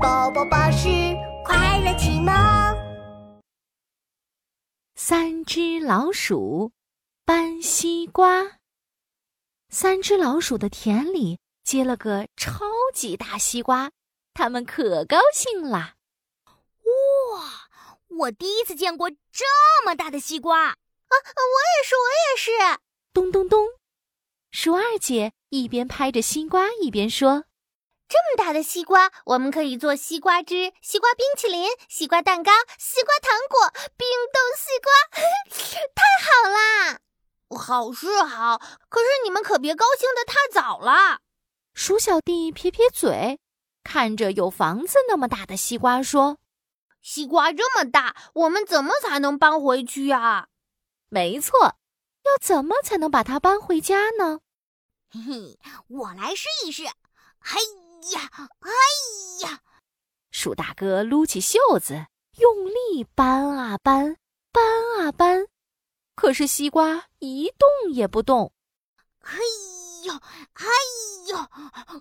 宝宝巴士快乐启蒙。三只老鼠搬西瓜。三只老鼠的田里结了个超级大西瓜，它们可高兴啦！哇，我第一次见过这么大的西瓜！啊，我也是，我也是。咚咚咚，鼠二姐一边拍着西瓜一边说这么大的西瓜，我们可以做西瓜汁、西瓜冰淇淋、西瓜蛋糕、西瓜糖果、冰冻西瓜， 太好啦！好是好，可是你们可别高兴的太早了。：“鼠小弟撇撇嘴，看着有房子那么大的西瓜说西瓜这么大，我们怎么才能搬回去啊？：‘没错，要怎么才能把它搬回家呢？’嘿嘿，我来试一试。嘿呀，鼠大哥撸起袖子，用力搬啊搬，搬啊搬，可是西瓜一动也不动。嘿呦，嘿呦！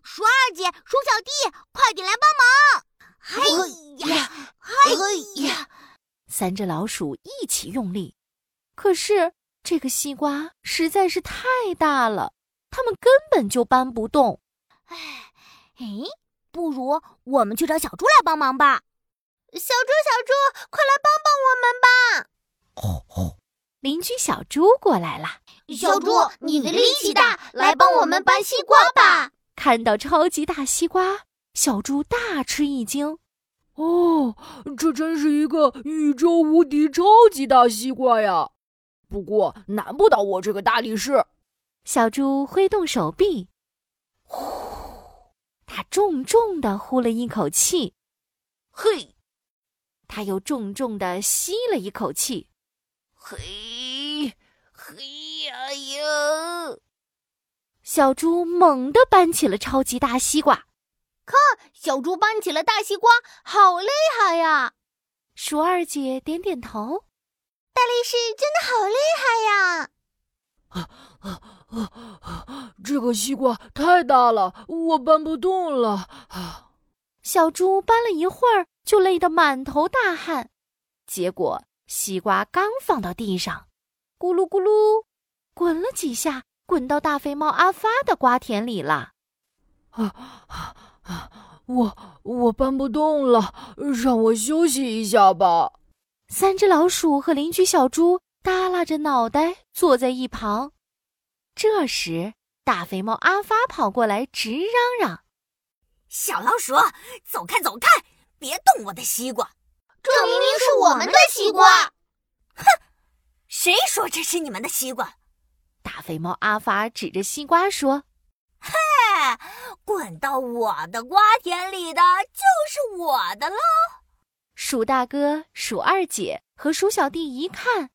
鼠二姐、鼠小弟，快点来帮忙！嘿呀，嘿呀！三只老鼠一起用力，可是这个西瓜实在是太大了，它们根本就搬不动。哎，不如我们去找小猪来帮忙吧。小猪，小猪，快来帮帮我们吧！邻居小猪过来了，小猪你的力气大来帮我们搬西瓜吧。看到超级大西瓜，小猪大吃一惊。哦，这真是一个宇宙无敌超级大西瓜呀！不过难不倒我这个大力士。小猪挥动手臂，呼，它重重地呼了一口气，嘿，它又重重地吸了一口气。嘿，嘿呀呀！小猪猛地搬起了超级大西瓜，小猪搬起了大西瓜，好厉害呀！鼠二姐点点头。大力士真的好厉害哎呀！这个西瓜太大了，我搬不动了。啊，小猪搬了一会儿，就累得满头大汗。结果西瓜刚放到地上，咕噜咕噜，滚了几下，滚到大肥猫阿发的瓜田里了。我我搬不动了，让我休息一下吧。三只老鼠和邻居小猪耷拉着脑袋坐在一旁。这时，大肥猫阿发跑过来，直嚷嚷小老鼠，走开走开，别动我的西瓜！这明明是我们的西瓜。谁说这是你们的西瓜？：“大肥猫阿发指着西瓜说滚到我的瓜田里的就是我的了。：‘鼠大哥、鼠二姐和鼠小弟一看，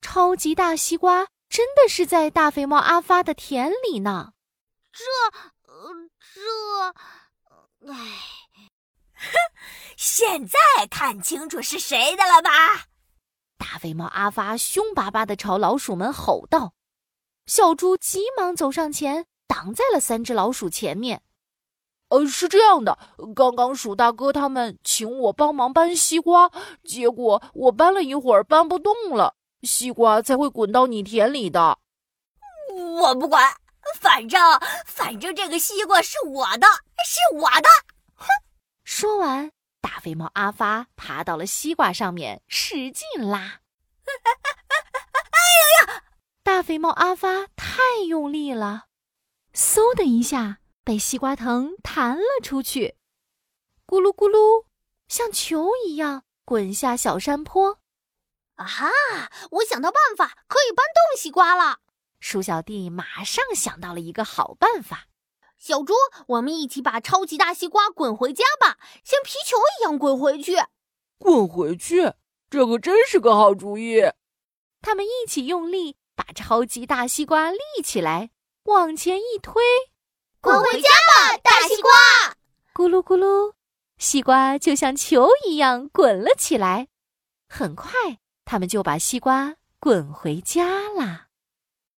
超级大西瓜真的是在大肥猫阿发的田里呢。呃，这，唉，现在看清楚是谁的了吧？’大肥猫阿发凶巴巴地朝老鼠们吼道。小猪急忙走上前，挡在了三只老鼠前面。”呃，是这样的，刚刚鼠大哥他们请我帮忙搬西瓜，结果我搬了一会儿搬不动了，西瓜才会滚到你田里的。我不管，反正反正这个西瓜是我的，是我的。说完，大肥猫阿发爬到了西瓜上面，使劲拉。哎呀呀！大肥猫阿发太用力了，嗖的一下被西瓜藤弹了出去，咕噜咕噜，像球一样滚下小山坡。啊哈！我想到办法，可以搬动西瓜了。鼠小弟马上想到了一个好办法，小猪，我们一起把超级大西瓜滚回家吧，像皮球一样滚回去。滚回去！这可真是个好主意。他们一起用力把超级大西瓜立起来，往前一推，滚回家吧，大西瓜！咕噜咕噜，西瓜就像球一样滚了起来。很快，他们就把西瓜滚回家啦。